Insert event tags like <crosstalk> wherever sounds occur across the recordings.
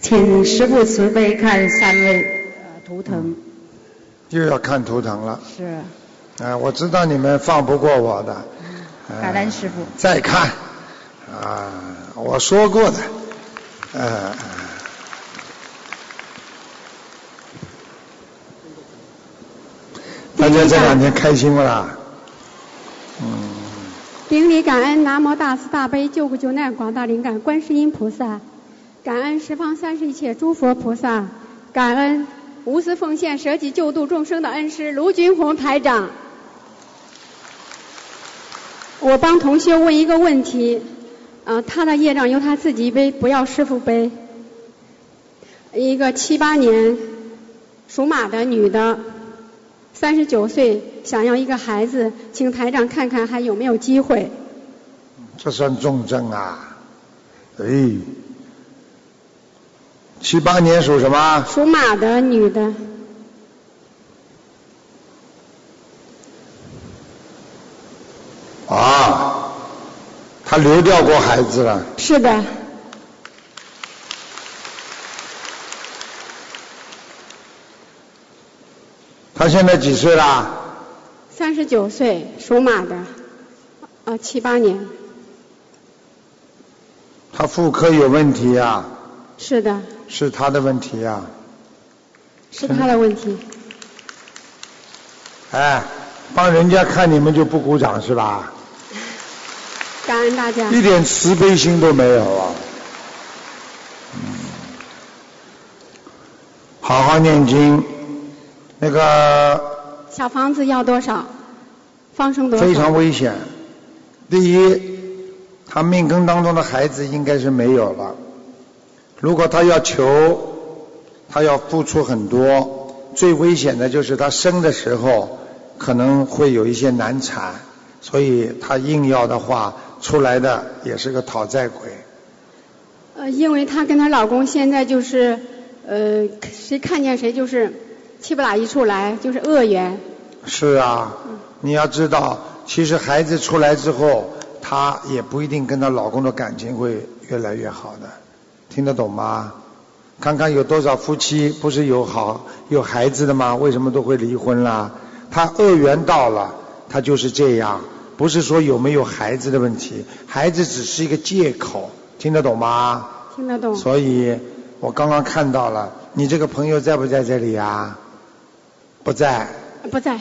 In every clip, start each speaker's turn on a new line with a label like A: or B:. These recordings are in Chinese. A: 请师父慈悲看三位呃图腾。
B: 又要看图腾了。
C: 嗯
A: 是，
B: 啊，我知道你们放不过我的。啊
A: 感恩师父
B: 再看，啊，我说过的，呃。大家这两天开心嗯不啦？
D: 顶礼感恩南无大慈大悲救苦救难广大灵感观世音菩萨，感恩十方三世一切诸佛菩萨，感恩无私奉献、舍己救度众生的恩师卢军红台长。我帮同修问一个问题，呃，他的业障由他自己背，不要师傅背。一个七八年属马的女的，三十九岁，想要一个孩子，请台长看看还有没有机会。
B: 这算重症啊！哎，七八年属什么？
D: 属马的女的，
B: 啊，他流掉过孩子了。
D: 是的，
B: 他现在几岁啦？
D: 三十九岁，属马的，呃，七八年，
B: 他妇科有问题啊，
D: 是的，
B: 是他的问题啊。
D: 是他的问题，
B: 哎，帮人家看你们就不鼓掌是吧？
D: 感恩大家。
B: 一点慈悲心都没有啊。嗯，好好念经，那个
D: 小房子要多少？放生多少？
B: 非常危险。第一，他命根当中的孩子应该是没有了。如果他要求，他要付出很多。最危险的就是他生的时候可能会有一些难产，所以他硬要的话，出来的也是个讨债鬼。
D: 呃，因为她跟她老公现在就是，呃，谁看见谁就是气不打一处来，就是恶缘。
B: 是啊，你要知道，其实孩子出来之后，她也不一定跟她老公的感情会越来越好的，听得懂吗？看看有多少夫妻不是有好有孩子的吗？为什么都会离婚啦？他恶缘到了，他就是这样，不是说有没有孩子的问题，孩子只是一个借口，听得懂吗？
D: 听得懂？
B: 所以我刚刚看到了，你这个朋友在不在这里啊？不在，
D: 不在，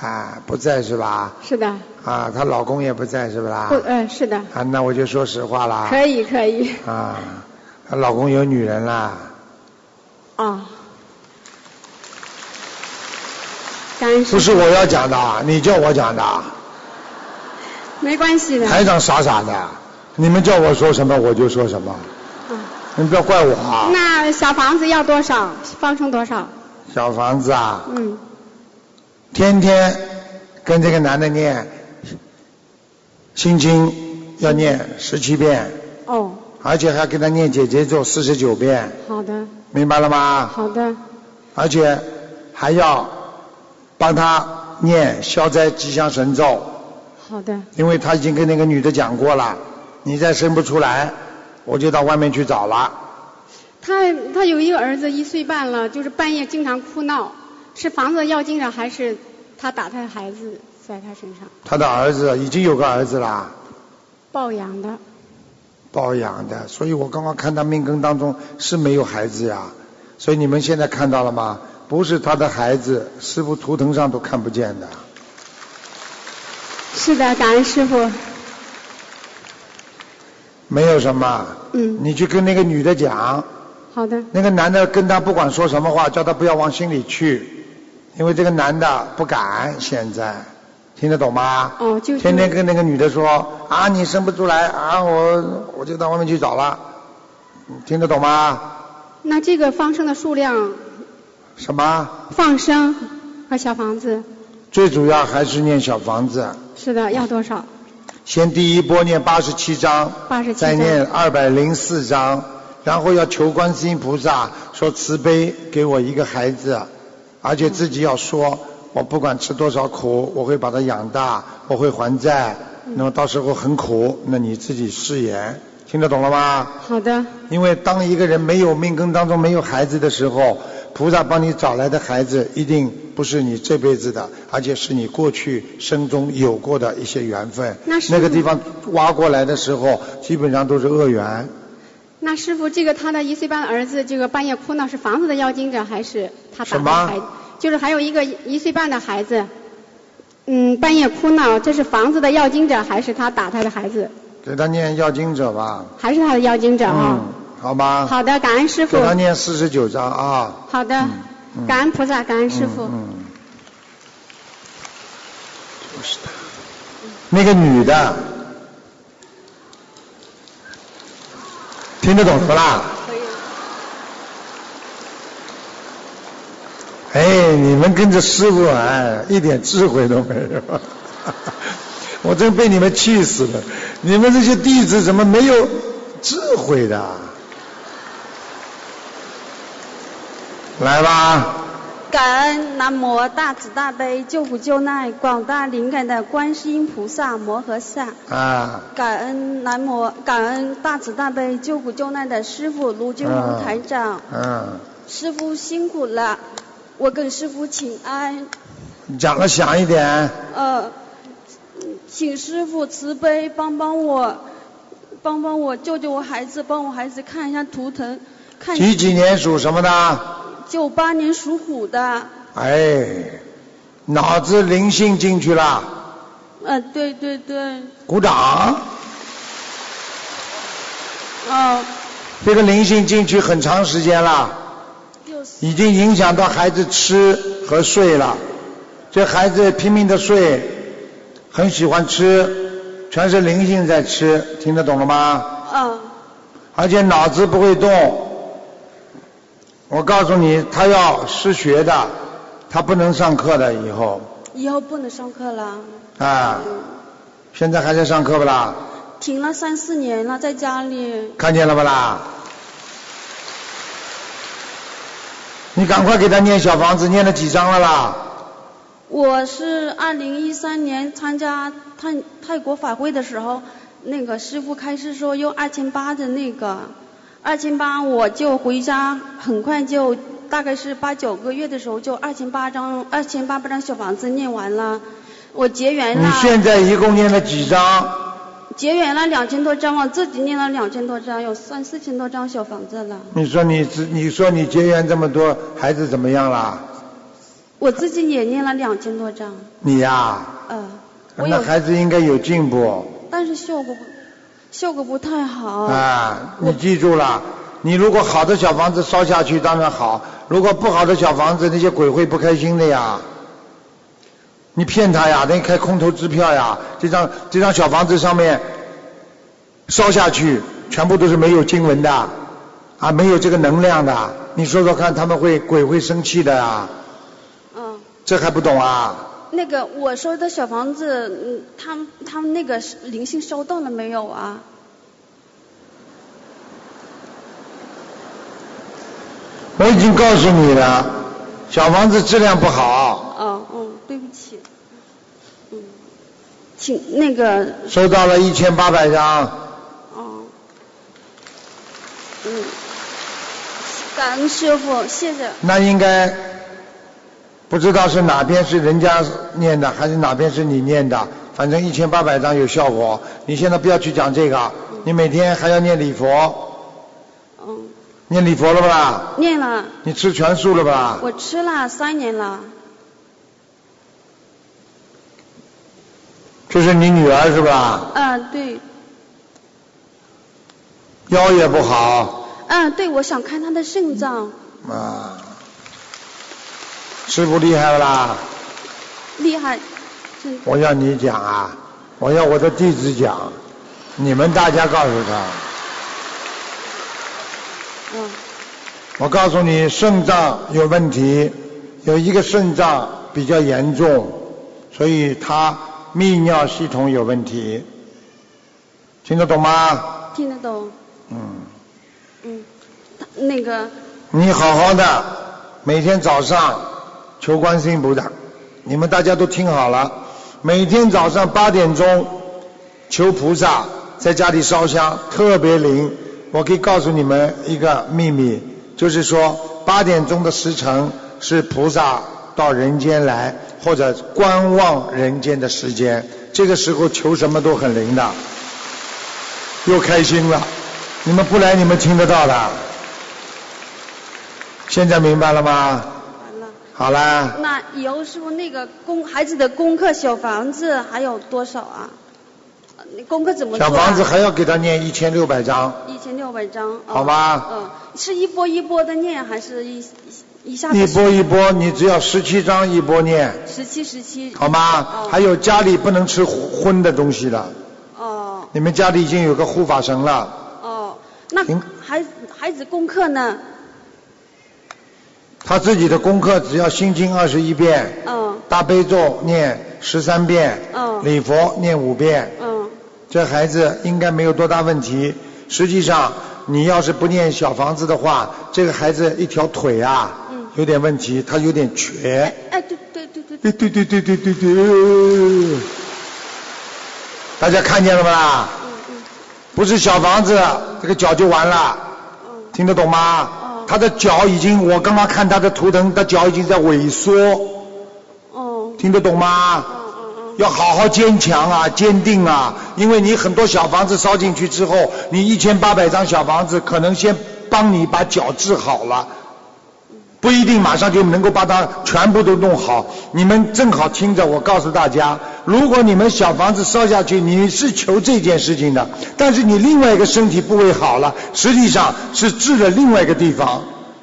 B: 啊，不在是吧？
D: 是的，
B: 啊，她老公也不在是不啦
D: 不，？呃，是的，
B: 啊，那我就说实话啦。
D: 可以，可以。
B: 啊，她老公有女人啦，
D: 啊，感恩师
B: 不是我要讲的，啊你叫我讲的，啊
D: 没关系的。
B: 台长傻傻的，啊你们叫我说什么我就说什么，
D: 啊，
B: 你不要怪我啊。
D: 那小房子要多少？放生多少？
B: 小房子啊，
D: 嗯，
B: 天天跟这个男的念，心经要念十七遍，
D: 哦，
B: 而且还给他念姐姐咒四十九遍，
D: 好的，
B: 明白了吗？
D: 好的，
B: 而且还要帮他念消灾吉祥神咒，
D: 好的，
B: 因为他已经跟那个女的讲过了，你再生不出来，我就到外面去找了。
D: 他他有一个儿子一岁半了，就是半夜经常哭闹，是房子要经常还是他打他的孩子在他身上
B: 他的儿子已经有个儿子啦，
D: 抱养的？
B: 包养的，所以我刚刚看他命根当中是没有孩子呀，所以你们现在看到了吗？不是他的孩子，师傅图腾上都看不见的。
D: 是的，感恩师傅。
B: 没有什么，
D: 嗯，
B: 你去跟那个女的讲，
D: 好的，
B: 那个男的跟他不管说什么话，叫他不要往心里去，因为这个男的不敢现在，听得懂吗？
D: 哦，就
B: 天天跟那个女的说啊，你生不出来啊，我我就到外面去找了，你听得懂吗？
D: 那这个放生的数量，
B: 什么？
D: 放生和小房子，
B: 最主要还是念小房子，
D: 是的，要多少？
B: 先第一波念八十七章，
D: 八十七
B: 再念二百零四章，然后要求观世音菩萨说慈悲给我一个孩子，而且自己要说，我不管吃多少苦，我会把他养大，我会还债。那么到时候很苦，那你自己誓言，听得懂了吗？
D: 好的，
B: 因为当一个人没有命根当中没有孩子的时候，菩萨帮你找来的孩子一定不是你这辈子的，而且是你过去生中有过的一些缘分。
D: 那师父
B: 个地方挖过来的时候，基本上都是恶缘。
D: 那师傅，这个他的一岁半的儿子，这个半夜哭闹是房子的妖精者，还是他打
B: 什
D: 的
B: 么
D: 孩子？就是还有一个一岁半的孩子，嗯，半夜哭闹，这是房子的妖精者，还是他打他的孩子？
B: 给他念要经者吧。
D: 还是他的妖精者啊
B: 嗯、，好吗？
D: 好的，感恩师傅
B: 给。他念四十九章啊。
D: 好的，
B: 嗯
D: 感恩菩萨，感恩师傅。
B: 嗯嗯就是他，那个女的，听得懂不啦？哎，你们跟着师傅玩，一点智慧都没有， <laughs> 我真被你们气死了！你们这些弟子怎么没有智慧的？来吧。
E: 感恩南无大慈大悲救苦救难广大灵感的观世音菩萨摩诃萨，
B: 啊，
E: 感恩南无感恩大慈大悲救苦救难的师傅卢军红台长，
B: 嗯，
E: 师傅辛苦了，我跟师傅请安，
B: 你嗯讲的响一点，
E: 呃，请师傅慈悲帮帮我，帮帮我救救我孩子，帮我孩子看一下图腾，看
B: 几几年属什么的？
E: 九八年属虎的，
B: 哎，脑子灵性进去了，
E: 呃，对对对，
B: 鼓掌。
E: 哦、
B: 这个灵性进去很长时间了，
E: 就是。
B: 已经影响到孩子吃和睡了。这孩子拼命的睡，很喜欢吃，全是灵性在吃，听得懂了吗？
E: 嗯，
B: 而且脑子不会动。我告诉你，他要失学的，他不能上课的以后。
E: 以后不能上课了，
B: 啊，现在还在上课不啦？
E: 停了三四年了，在家里。
B: 看见了不啦？你赶快给他念小房子，念了几章了啦？
E: 我是二零一三年参加泰泰国法会的时候，那个师傅开始说用二千八的那个，二千八我就回家，很快就大概是八九个月的时候就二千八张二千八百张小房子念完了，我结缘
B: 你
E: 了，
B: 现在一共念了几章？
E: 结缘了两千多张，我自己念了两千多张，有三四千多张小房子了，
B: 你说你自你说你结缘这么多，孩子怎么样啦？
E: 我自己也念了两千多张，
B: 你呀、
E: 呃，我有
B: 那孩子应该有进步
E: 但是效果不效果不太好。
B: 啊！你记住了，你如果好的小房子烧下去当然好，如果不好的小房子，那些鬼会不开心的呀。你骗他呀，等于开空头支票呀，这张这张小房子上面烧下去，全部都是没有经文的啊，没有这个能量的。你说说看，他们会鬼会生气的啊，
E: 嗯，
B: 这还不懂啊？
E: 那个我说的小房子，嗯，他们他们那个是灵性收到了没有啊？
B: 我已经告诉你了，小房子质量不好。
E: 哦，嗯，对不起，嗯，请那个，
B: 收到了一千八百张，
E: 哦，嗯，感恩师傅，谢谢。
B: 那应该不知道是哪边是人家念的，还是哪边是你念的，反正一千八百张有效果。你现在不要去讲这个，你每天还要念礼佛，
E: 嗯，
B: 念礼佛了吧？
E: 念了，
B: 你吃全素了吧？
E: 我吃了三年了，
B: 就是你女儿是吧？
E: 嗯，对，
B: 腰也不好
E: 嗯，对，我想看他的肾脏，
B: 啊，师傅厉害不啦？
E: 厉害，嗯真
B: 我要你讲啊，我要我的弟子讲，你们大家告诉他。
E: 嗯，
B: 我告诉你，肾脏有问题，有一个肾脏比较严重，所以它泌尿系统有问题，听得懂吗？
E: 听得懂。
B: 嗯，
E: 嗯，那个，
B: 你好好的，每天早上求观世音菩萨，你们大家都听好了，每天早上八点钟求菩萨，在家里烧香特别灵。我可以告诉你们一个秘密，就是说八点钟的时辰是菩萨到人间来或者观望人间的时间，这个时候求什么都很灵的，又开心了。你们不来，你们听得到的。现在明白了吗？
E: 完了。
B: 好啦，
E: 那以后师傅那个功孩子的功课小房子还有多少啊？呃那功课怎么做、
B: 小
E: 啊？
B: 房子还要给他念一千六百章。
E: 一千六百张。哦
B: 好吧
E: 嗯，是一波一波的念，还是一一一下子
B: 一波一波，你只要十七章一波念，
E: 十七十七？
B: 好吗？
E: 哦
B: 还有家里不能吃荤的东西了，
E: 哦
B: 你们家里已经有个护法神了，
E: 哦，那
B: 行
E: 孩孩子功课呢？
B: 他自己的功课只要心经二十一遍，
E: 嗯
B: 大悲咒念十三遍，
E: 嗯
B: 礼佛念五遍，
E: 嗯
B: 这孩子应该没有多大问题。实际上，你要是不念小房子的话，这个孩子一条腿啊
E: 嗯。
B: 有点问题，他有点瘸。
E: 哎，对对对对对，
B: 对对对对对对对，大家看见了吧？
E: 嗯嗯
B: 不是小房子，这个脚就完了，
E: 嗯
B: 听得懂吗
E: 哦？
B: 他的脚已经，我刚刚看他的图腾，他脚已经在萎缩，
E: 哦
B: 听得懂吗？
E: 嗯嗯嗯，
B: 要好好坚强啊，坚定啊，因为你很多小房子烧进去之后，你一千八百张小房子可能先帮你把脚治好了，不一定马上就能够把它全部都弄好。你们正好听着，我告诉大家，如果你们小房子烧下去，你是求这件事情的，但是你另外一个身体部位好了，实际上是治了另外一个地方。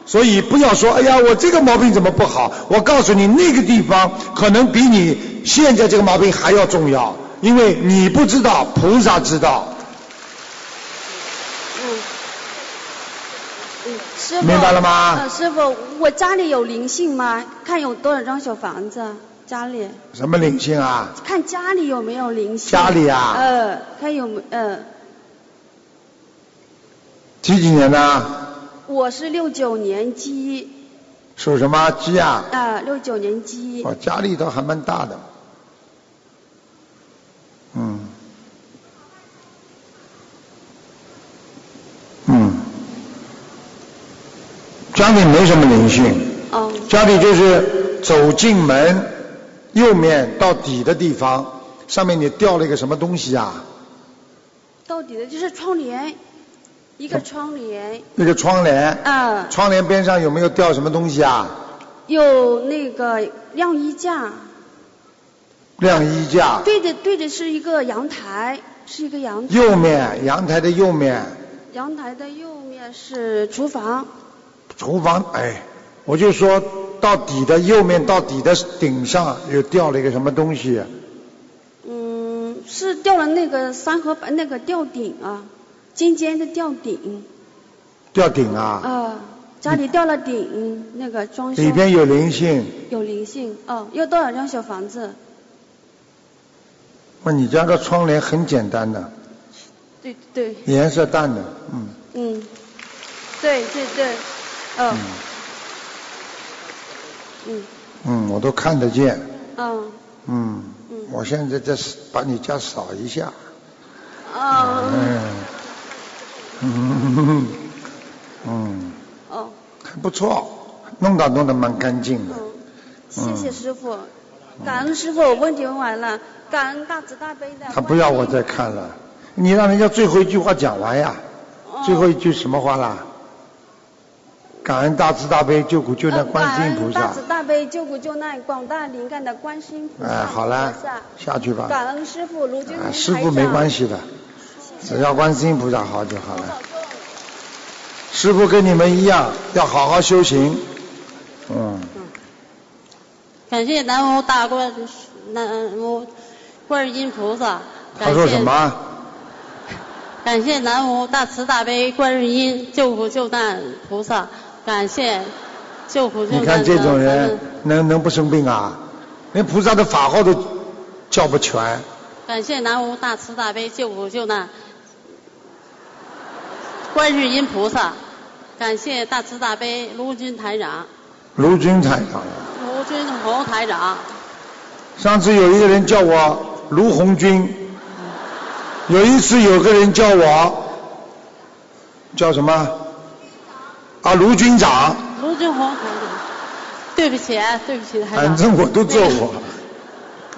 B: 所以不要说，哎呀，我这个毛病怎么不好？我告诉你，那个地方可能比你现在这个毛病还要重要，因为你不知道，菩萨知道，
E: 嗯嗯，师傅
B: 明白了吗
E: 呃师傅，我家里有灵性吗？看有多少张小房子啊？家里
B: 什么灵性啊？
E: 看家里有没有灵性？
B: 家里啊
E: 呃，看有没呃，
B: 几几年呢？
E: 我是六九年鸡，
B: 属什么鸡啊？
E: 啊、六九年鸡，
B: 我哦家里倒还蛮大的，嗯，嗯，家里没什么灵性。
E: 哦
B: 家里就是走进门右面到底的地方，上面你掉了一个什么东西啊？
E: 到底的就是窗帘，一个窗帘，
B: 那个窗帘，
E: 啊、
B: 窗帘边上有没有掉什么东西啊？
E: 有那个晾衣架，
B: 晾衣架，
E: 对着对着是一个阳台，是一个阳台，
B: 右面阳台的右面，
E: 阳台的右面是厨房，
B: 厨房，哎，我就说到底的右面到底的顶上有掉了一个什么东西，啊
E: 嗯，是掉了那个三合板那个吊顶啊，尖尖的吊顶，
B: 掉顶啊
E: 啊、，家里掉了顶，那个装修
B: 里边有灵性。
E: 有灵性，哦，要多少张小房子？
B: 那你家的窗帘很简单的，
E: 对对，
B: 颜色淡的，嗯。
E: 嗯，对对对，嗯
B: 嗯
E: 嗯
B: 嗯，我都看得见。
E: 嗯
B: 嗯，
E: 嗯
B: 我现在在扫把你家扫一下。
E: 嗯
B: 嗯，嗯，嗯，
E: 哦
B: 还不错，弄倒弄得蛮干净的。
E: 嗯，谢谢师傅，感恩师傅，我问题问完了，感恩大慈大悲的。
B: 他不要我再看了，你让人家最后一句话讲完呀，
E: 哦
B: 最后一句什么话啦？感恩大慈大悲救苦救难观世音菩
E: 感呃
B: 萨
E: 恩大慈。大悲救苦救难广大灵感的观世音菩萨。
B: 哎，好了
E: 菩萨，
B: 下去吧。
E: 感恩师傅，卢军
B: 啊，师傅没关。系的，只要观世音菩萨好就好了。师傅跟你们一样，要好好修行。嗯，
F: 感谢南无大观南无观世音菩萨，
B: 他
F: 感
B: 说
F: 谢
B: 什么？
F: 感谢南无大慈大悲观世音救苦救难菩萨，感谢救苦救难
B: 你
F: 的
B: 看这种
F: 咱
B: 人
F: 们
B: 能能不生病啊？连菩萨的法号都叫不全，
F: 感谢南无大慈大悲救苦救难观世音菩萨，感谢大慈大悲卢军台长、
B: 卢军台长。
F: 卢军红台长。
B: 上次有一个人叫我卢红军，有一次有个人叫我叫什么啊，卢军长，
F: 卢俊红，对不起，啊对不起，台长。
B: 反正我都做过。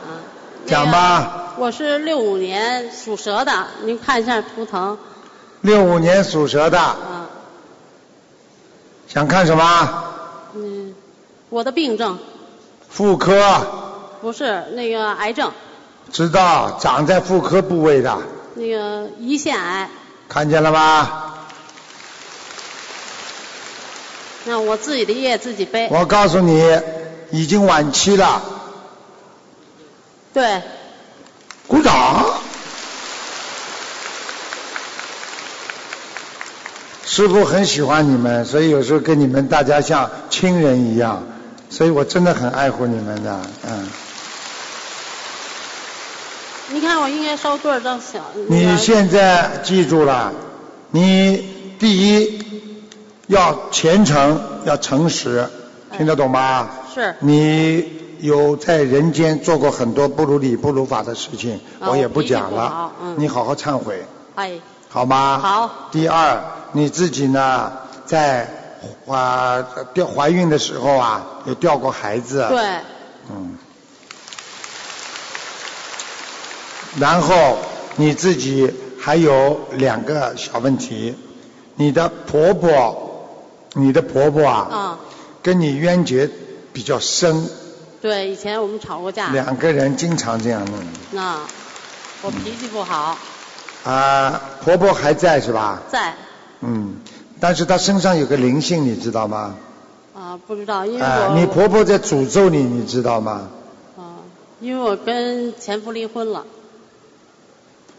F: 啊
B: 讲吧。
F: 那个我是六五年属蛇的，您看一下图腾
B: 六五年属蛇的，
F: 啊，
B: 想看什么？
F: 嗯，我的病症
B: 妇科，
F: 不是那个癌症，
B: 知道长在妇科部位的，
F: 那个胰腺癌。
B: 看见了吗？
F: 那我自己的业自己背。
B: 我告诉你，已经晚期了，
F: 对，
B: 鼓掌。师傅很喜欢你们，所以有时候跟你们大家像亲人一样，所以我真的很爱护你们的，嗯。
F: 你看我应该稍个儿更小。那个
B: 你现在记住了，你第一要虔诚，要诚实，听得懂吗？
F: 是
B: 你有在人间做过很多不如理、不如法的事情，
F: 啊
B: 我也不讲
F: 我脾气不
B: 了
F: 好，嗯
B: 你好好忏悔，
F: 哎，
B: 好吗？
F: 好。
B: 第二，你自己呢，在啊掉怀孕的时候啊，有掉过孩子。。啊
F: 对，
B: 嗯，然后你自己还有两个小问题，你的婆婆，你的婆婆啊，
F: 啊，
B: 跟你冤结比较深，
F: 对，以前我们吵过架。
B: 两个人经常这样弄。
F: 那我脾气不好，
B: 啊，婆婆还在是吧？
F: 在
B: 嗯，但是她身上有个灵性，你知道吗？
F: 啊，不知道，因为
B: 哎
F: 我，
B: 你婆婆在诅咒你，你知道吗？
F: 啊，因为我跟前夫离婚了，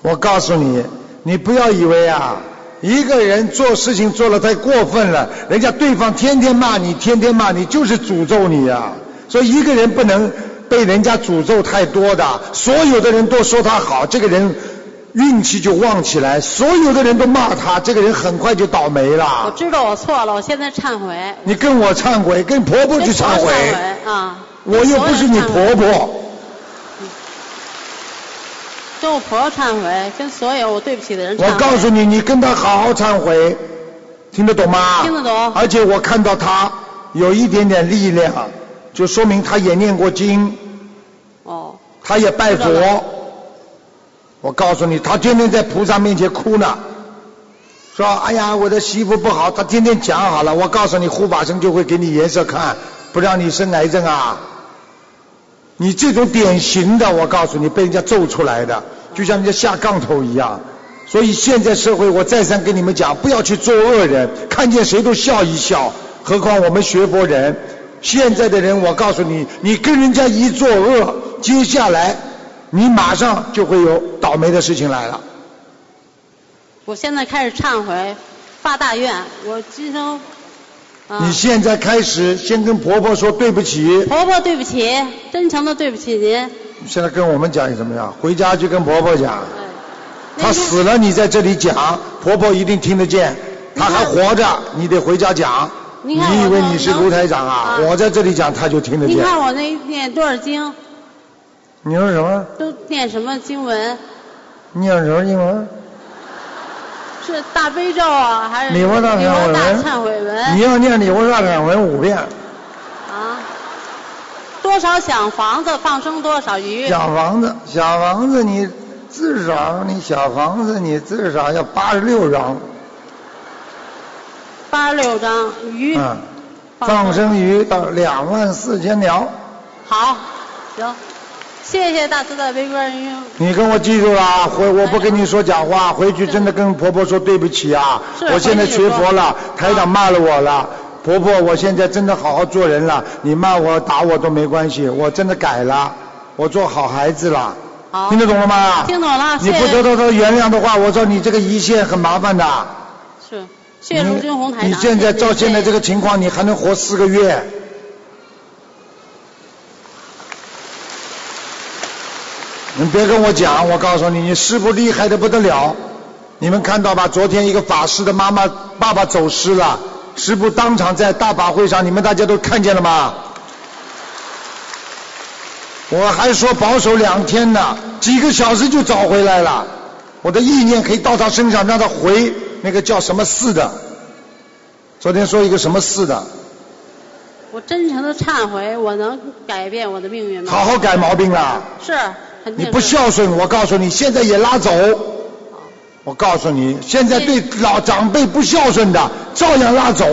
B: 我告诉你，你不要以为啊，一个人做事情做了太过分了，人家对方天天骂你，天天骂你，就是诅咒你呀、啊所以一个人不能被人家诅咒太多的，所有的人都说他好，这个人运气就旺起来；所有的人都骂他，这个人很快就倒霉
F: 我
B: 了。
F: 知道我错了，我现在忏悔，
B: 你跟我忏悔，跟婆婆去
F: 忏
B: 忏悔，
F: 啊，
B: 我又不是你婆
F: 跟所有人忏悔，
B: 婆，
F: 跟我婆婆忏悔，跟所有我对不起的人忏悔。
B: 我告诉你，你跟他好好忏悔，听得懂吗？
F: 听得懂
B: 而且我看到他有一点点力量，就说明他也念过经，
F: 哦，
B: 他也拜
F: 知道
B: 佛。我告诉你，他天天在菩萨面前哭呢，说：“哎呀，我的媳妇不好。”他天天讲好了，我告诉你，护法神就会给你颜色看，不让你生癌症啊。你这种典型的，我告诉你，被人家咒出来的，就像人家下杠头一样。所以现在社会，我再三跟你们讲，不要去做恶人，看见谁都笑一笑。何况我们学佛人，现在的人，我告诉你， <laughs> 你跟人家一作恶，接下来你马上就会有倒霉的事情来了。
F: 我现在开始忏悔，发大愿，我今生啊，
B: 你现在开始先跟婆婆说对不起，
F: 婆婆对不起，真诚的对不起您。
B: 现在跟我们讲有什么样？回家就跟婆婆讲，
F: 哎那
B: 她
F: 天
B: 死了你在这里讲，婆婆一定听得见；她还活着，你得回家讲。
F: 你
B: 你
F: 看
B: 以
F: 我
B: 为
F: 能
B: 你是
F: 能
B: 卢台长啊？
F: 啊
B: 我在这里讲，她就听得
F: 你
B: 见。
F: 看我那念多少经，
B: 你说什么？
F: 都念什么经文？
B: 你讲什么英文？
F: 是大悲咒啊，还是
B: 礼佛大忏悔
F: 礼佛
B: 文。
F: 大忏悔
B: 你
F: 文？
B: 要念礼佛大忏悔文五遍，
F: 啊，多少想房子，放生多少鱼？
B: 小房子，小房子你至少你小房子你至少要八十六张，
F: 八十六张鱼。
B: 嗯，放生鱼到两万四千条。
F: 好，行，谢谢大慈大悲观世音。
B: 你跟我记住了啊，
F: 哎
B: 回我不跟你说假话，回去真的跟婆婆说对不起啊
F: 是。
B: 我现在学佛了，
F: 回去就说
B: 台长骂了我了，婆婆，我现在真的好好做人了，你骂我打我都没关系，我真的改了，我做好孩子了，
F: 好，
B: 听得懂了吗？
F: 听懂了，
B: 你
F: 谢
B: 不得
F: 谢，
B: 到她原谅的话，我说你这个胰腺很麻烦的。
F: 是谢谢卢军红台长。
B: 你现在
F: 谢谢
B: 照现在这个情况，你还能活四个月。你别跟我讲，我告诉你，你师傅厉害的不得了。你们看到吧？昨天一个法师的妈妈爸爸走失了，师傅当场在大法会上，你们大家都看见了吗？我还说保守两天呢，几个小时就找回来了。我的意念可以到他身上，让他回那个叫什么寺的。昨天说一个什么寺的，
F: 我真诚的忏悔，我能改变我的命运吗？
B: 好好改毛病啦。
F: 是，肯定
B: 你
F: 是
B: 不孝顺，我告诉你，现在也拉走。我告诉你，现在对老长辈不孝顺的，照样拉走。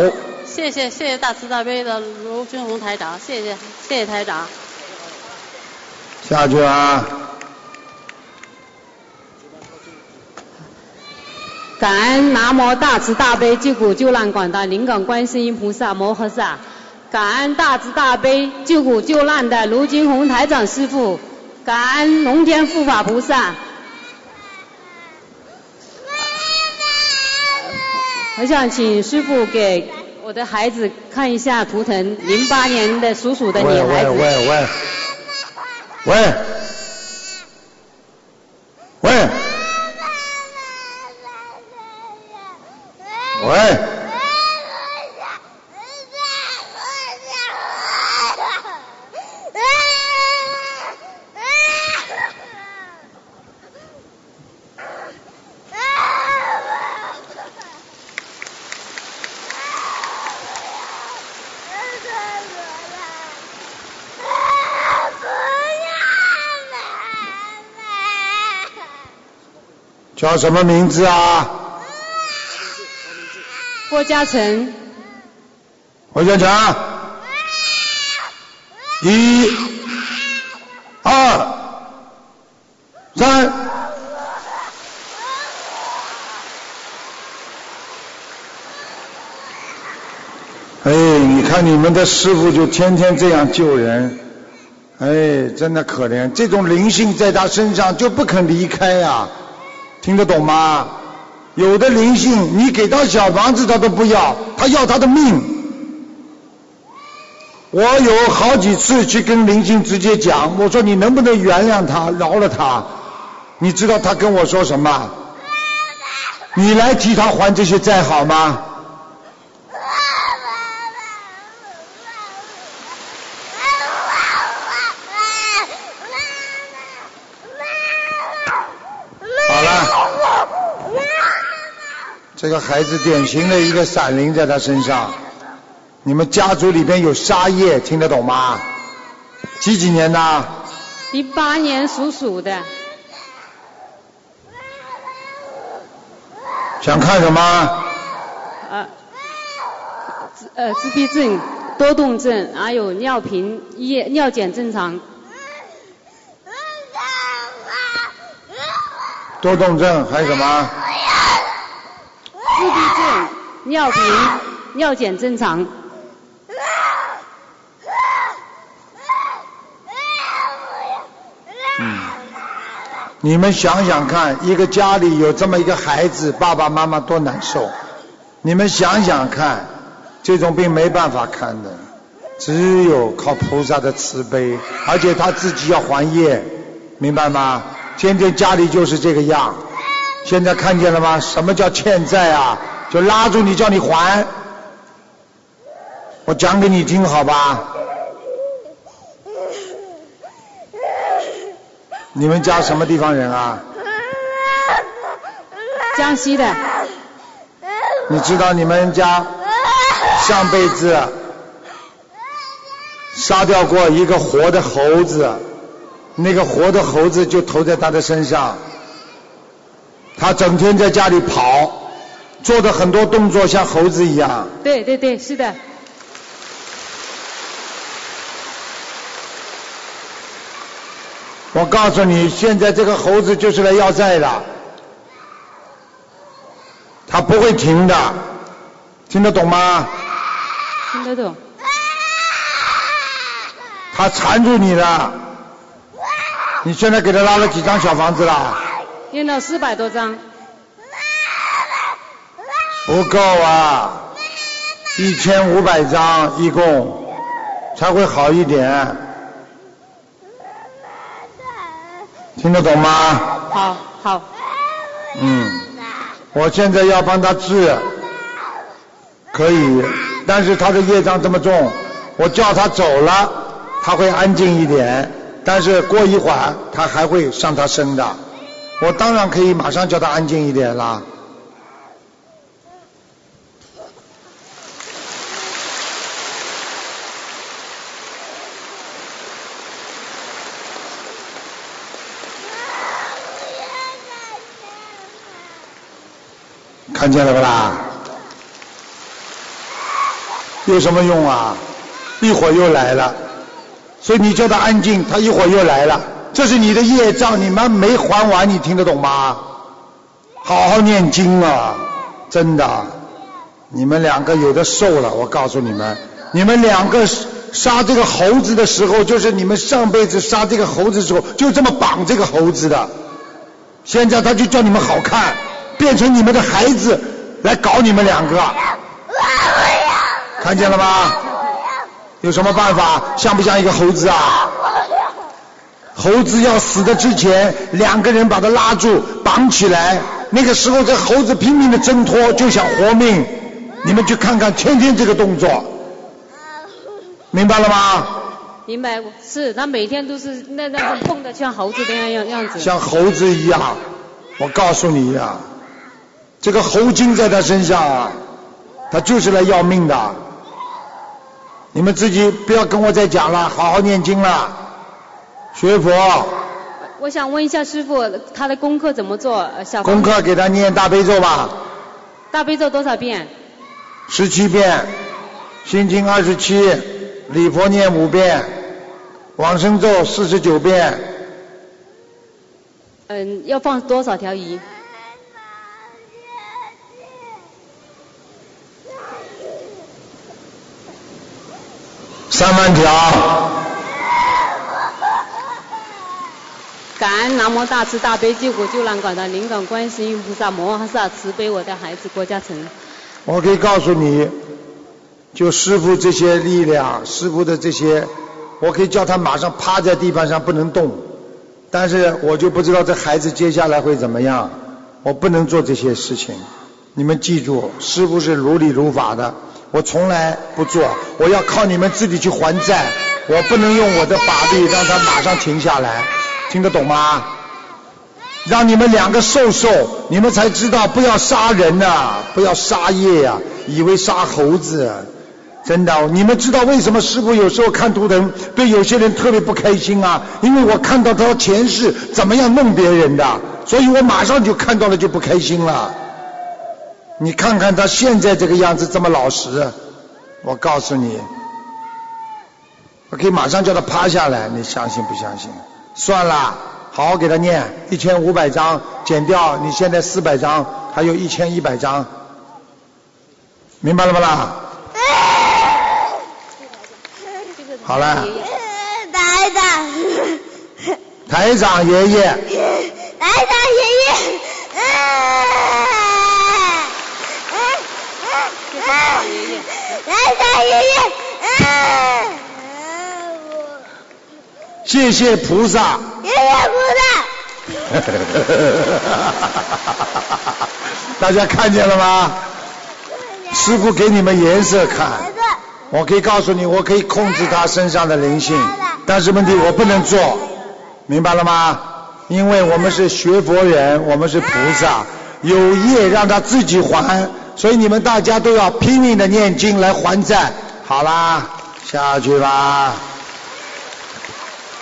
F: 谢谢谢谢大慈大悲的卢军红台长，谢谢谢谢台长。
B: 下去啊，
C: 感恩南无大慈大悲救苦救难广大灵感观世音菩萨摩诃萨，感恩大慈大悲救苦救难的卢金红台长师傅，感恩龙天护法菩萨。我想请师傅给我的孩子看一下图腾，零八年的属鼠的
B: 喂
C: 女孩
B: 喂
C: 子。
B: 喂喂，喂，
G: <laughs>
B: 喂，喂，叫什么名字啊？
C: 郭嘉诚，
B: 我想讲，一、二、三，哎，你看你们的师傅就天天这样救人，哎，真的可怜，这种灵性在他身上就不肯离开呀、听得懂吗？有的灵性，你给他小房子他都不要，他要他的命。我有好几次去跟灵性直接讲，我说你能不能原谅他，饶了他？你知道他跟我说什么？你来替他还这些债好吗？好了，这个孩子典型的一个闪灵在他身上。你们家族里边有杀业，听得懂吗？几几年的？
C: 零八年属鼠的，
B: 想看什么？嗯
C: 呃，自呃自闭症、多动症，还有尿频、夜尿检正常。
B: 多动症还有什么？
C: 自闭症、尿频、尿检正常，
B: 嗯你们想想看，一个家里有这么一个孩子，爸爸妈妈多难受。你们想想看，这种病没办法看的，只有靠菩萨的慈悲，而且他自己要还业，明白吗？天天家里就是这个样。现在看见了吗？什么叫欠债啊？就拉住你叫你还。我讲给你听好吧？你们家什么地方人啊？
C: 江西的，
B: 你知道你们家上辈子杀掉过一个活的猴子，那个活的猴子就投在他的身上，他整天在家里跑，做的很多动作像猴子一样。
C: 对对对，是的，
B: 我告诉你，现在这个猴子就是来要债的，他不会停的，听得懂吗？
C: 听得懂。
B: 嗯他缠住你了，你现在给他拉了几张小房子了？
C: 念了四百多张，
B: 不够啊，一千五百张一共才会好一点，听得懂吗？
C: 好，好，
B: 嗯，我现在要帮他治，可以，但是他的业障这么重，我叫他走了，他会安静一点，但是过一会儿他还会上他身的，我当然可以马上叫他安静一点啦。看见了不啦？有什么用啊？一会儿又来了，所以你叫他安静，他一会儿又来了，这是你的业障，你们没还完，你听得懂吗？好好念经啊，真的，你们两个有的受了，我告诉你们，你们两个杀这个猴子的时候，就是你们上辈子杀这个猴子的时候，就这么绑这个猴子的，现在他就叫你们好看，变成你们的孩子来搞你们两个，看见了吗？有什么办法？像不像一个猴子啊？猴子要死的之前，两个人把它拉住，绑起来。那个时候，这猴子拼命的挣脱，就想活命。你们去看看，天天这个动作，明白了吗？
C: 明白，是他每天都是那那种碰的像猴子那样样样子。
B: <laughs> 像猴子一样，我告诉你呀、这个猴精在他身上啊，他就是来要命的。你们自己不要跟我再讲了，好好念经了，学佛，
C: 我想问一下师傅，他的功课怎么做？呃小房
B: 功课给他念大悲咒吧，
C: 大悲咒多少遍？
B: 十七遍，心经二十七，礼佛念五遍，往生咒四十九遍，
C: 嗯，要放多少条鱼？
B: 三万条。
C: 感恩南无大慈大悲救苦救难广大灵感观世音菩萨摩诃萨慈悲我的孩子郭嘉诚。
B: 我可以告诉你，就师傅这些力量，师傅的这些，我可以叫他马上趴在地板上不能动，但是我就不知道这孩子接下来会怎么样，我不能做这些事情。你们记住，师傅是如理如法的，我从来不做，我要靠你们自己去还债，我不能用我的法力让他马上停下来，听得懂吗？让你们两个受受，你们才知道不要杀人呐、不要杀业呀、以为杀猴子，啊真的，你们知道为什么师傅有时候看图腾对有些人特别不开心啊？因为我看到他前世怎么样弄别人的，所以我马上就看到了就不开心了。你看看他现在这个样子这么老实，我告诉你，我可以马上叫他趴下来，你相信不相信？算了，好好给他念一千五百章，减掉你现在四百章，还有一千一百章，明白了不啦？好了，
G: 哎台长，
B: 台长爷爷，
G: 台长爷爷，啊啊啊啊！台长爷爷，啊！
B: 谢谢菩萨。
G: 爷爷不在。
B: 大家看见了吗？师傅给你们颜色看。我可以告诉你，我可以控制他身上的灵性，但是问题我不能做，明白了吗？因为我们是学佛人，我们是菩萨，有业让他自己还，所以你们大家都要拼命的念经来还债。好啦，下去吧。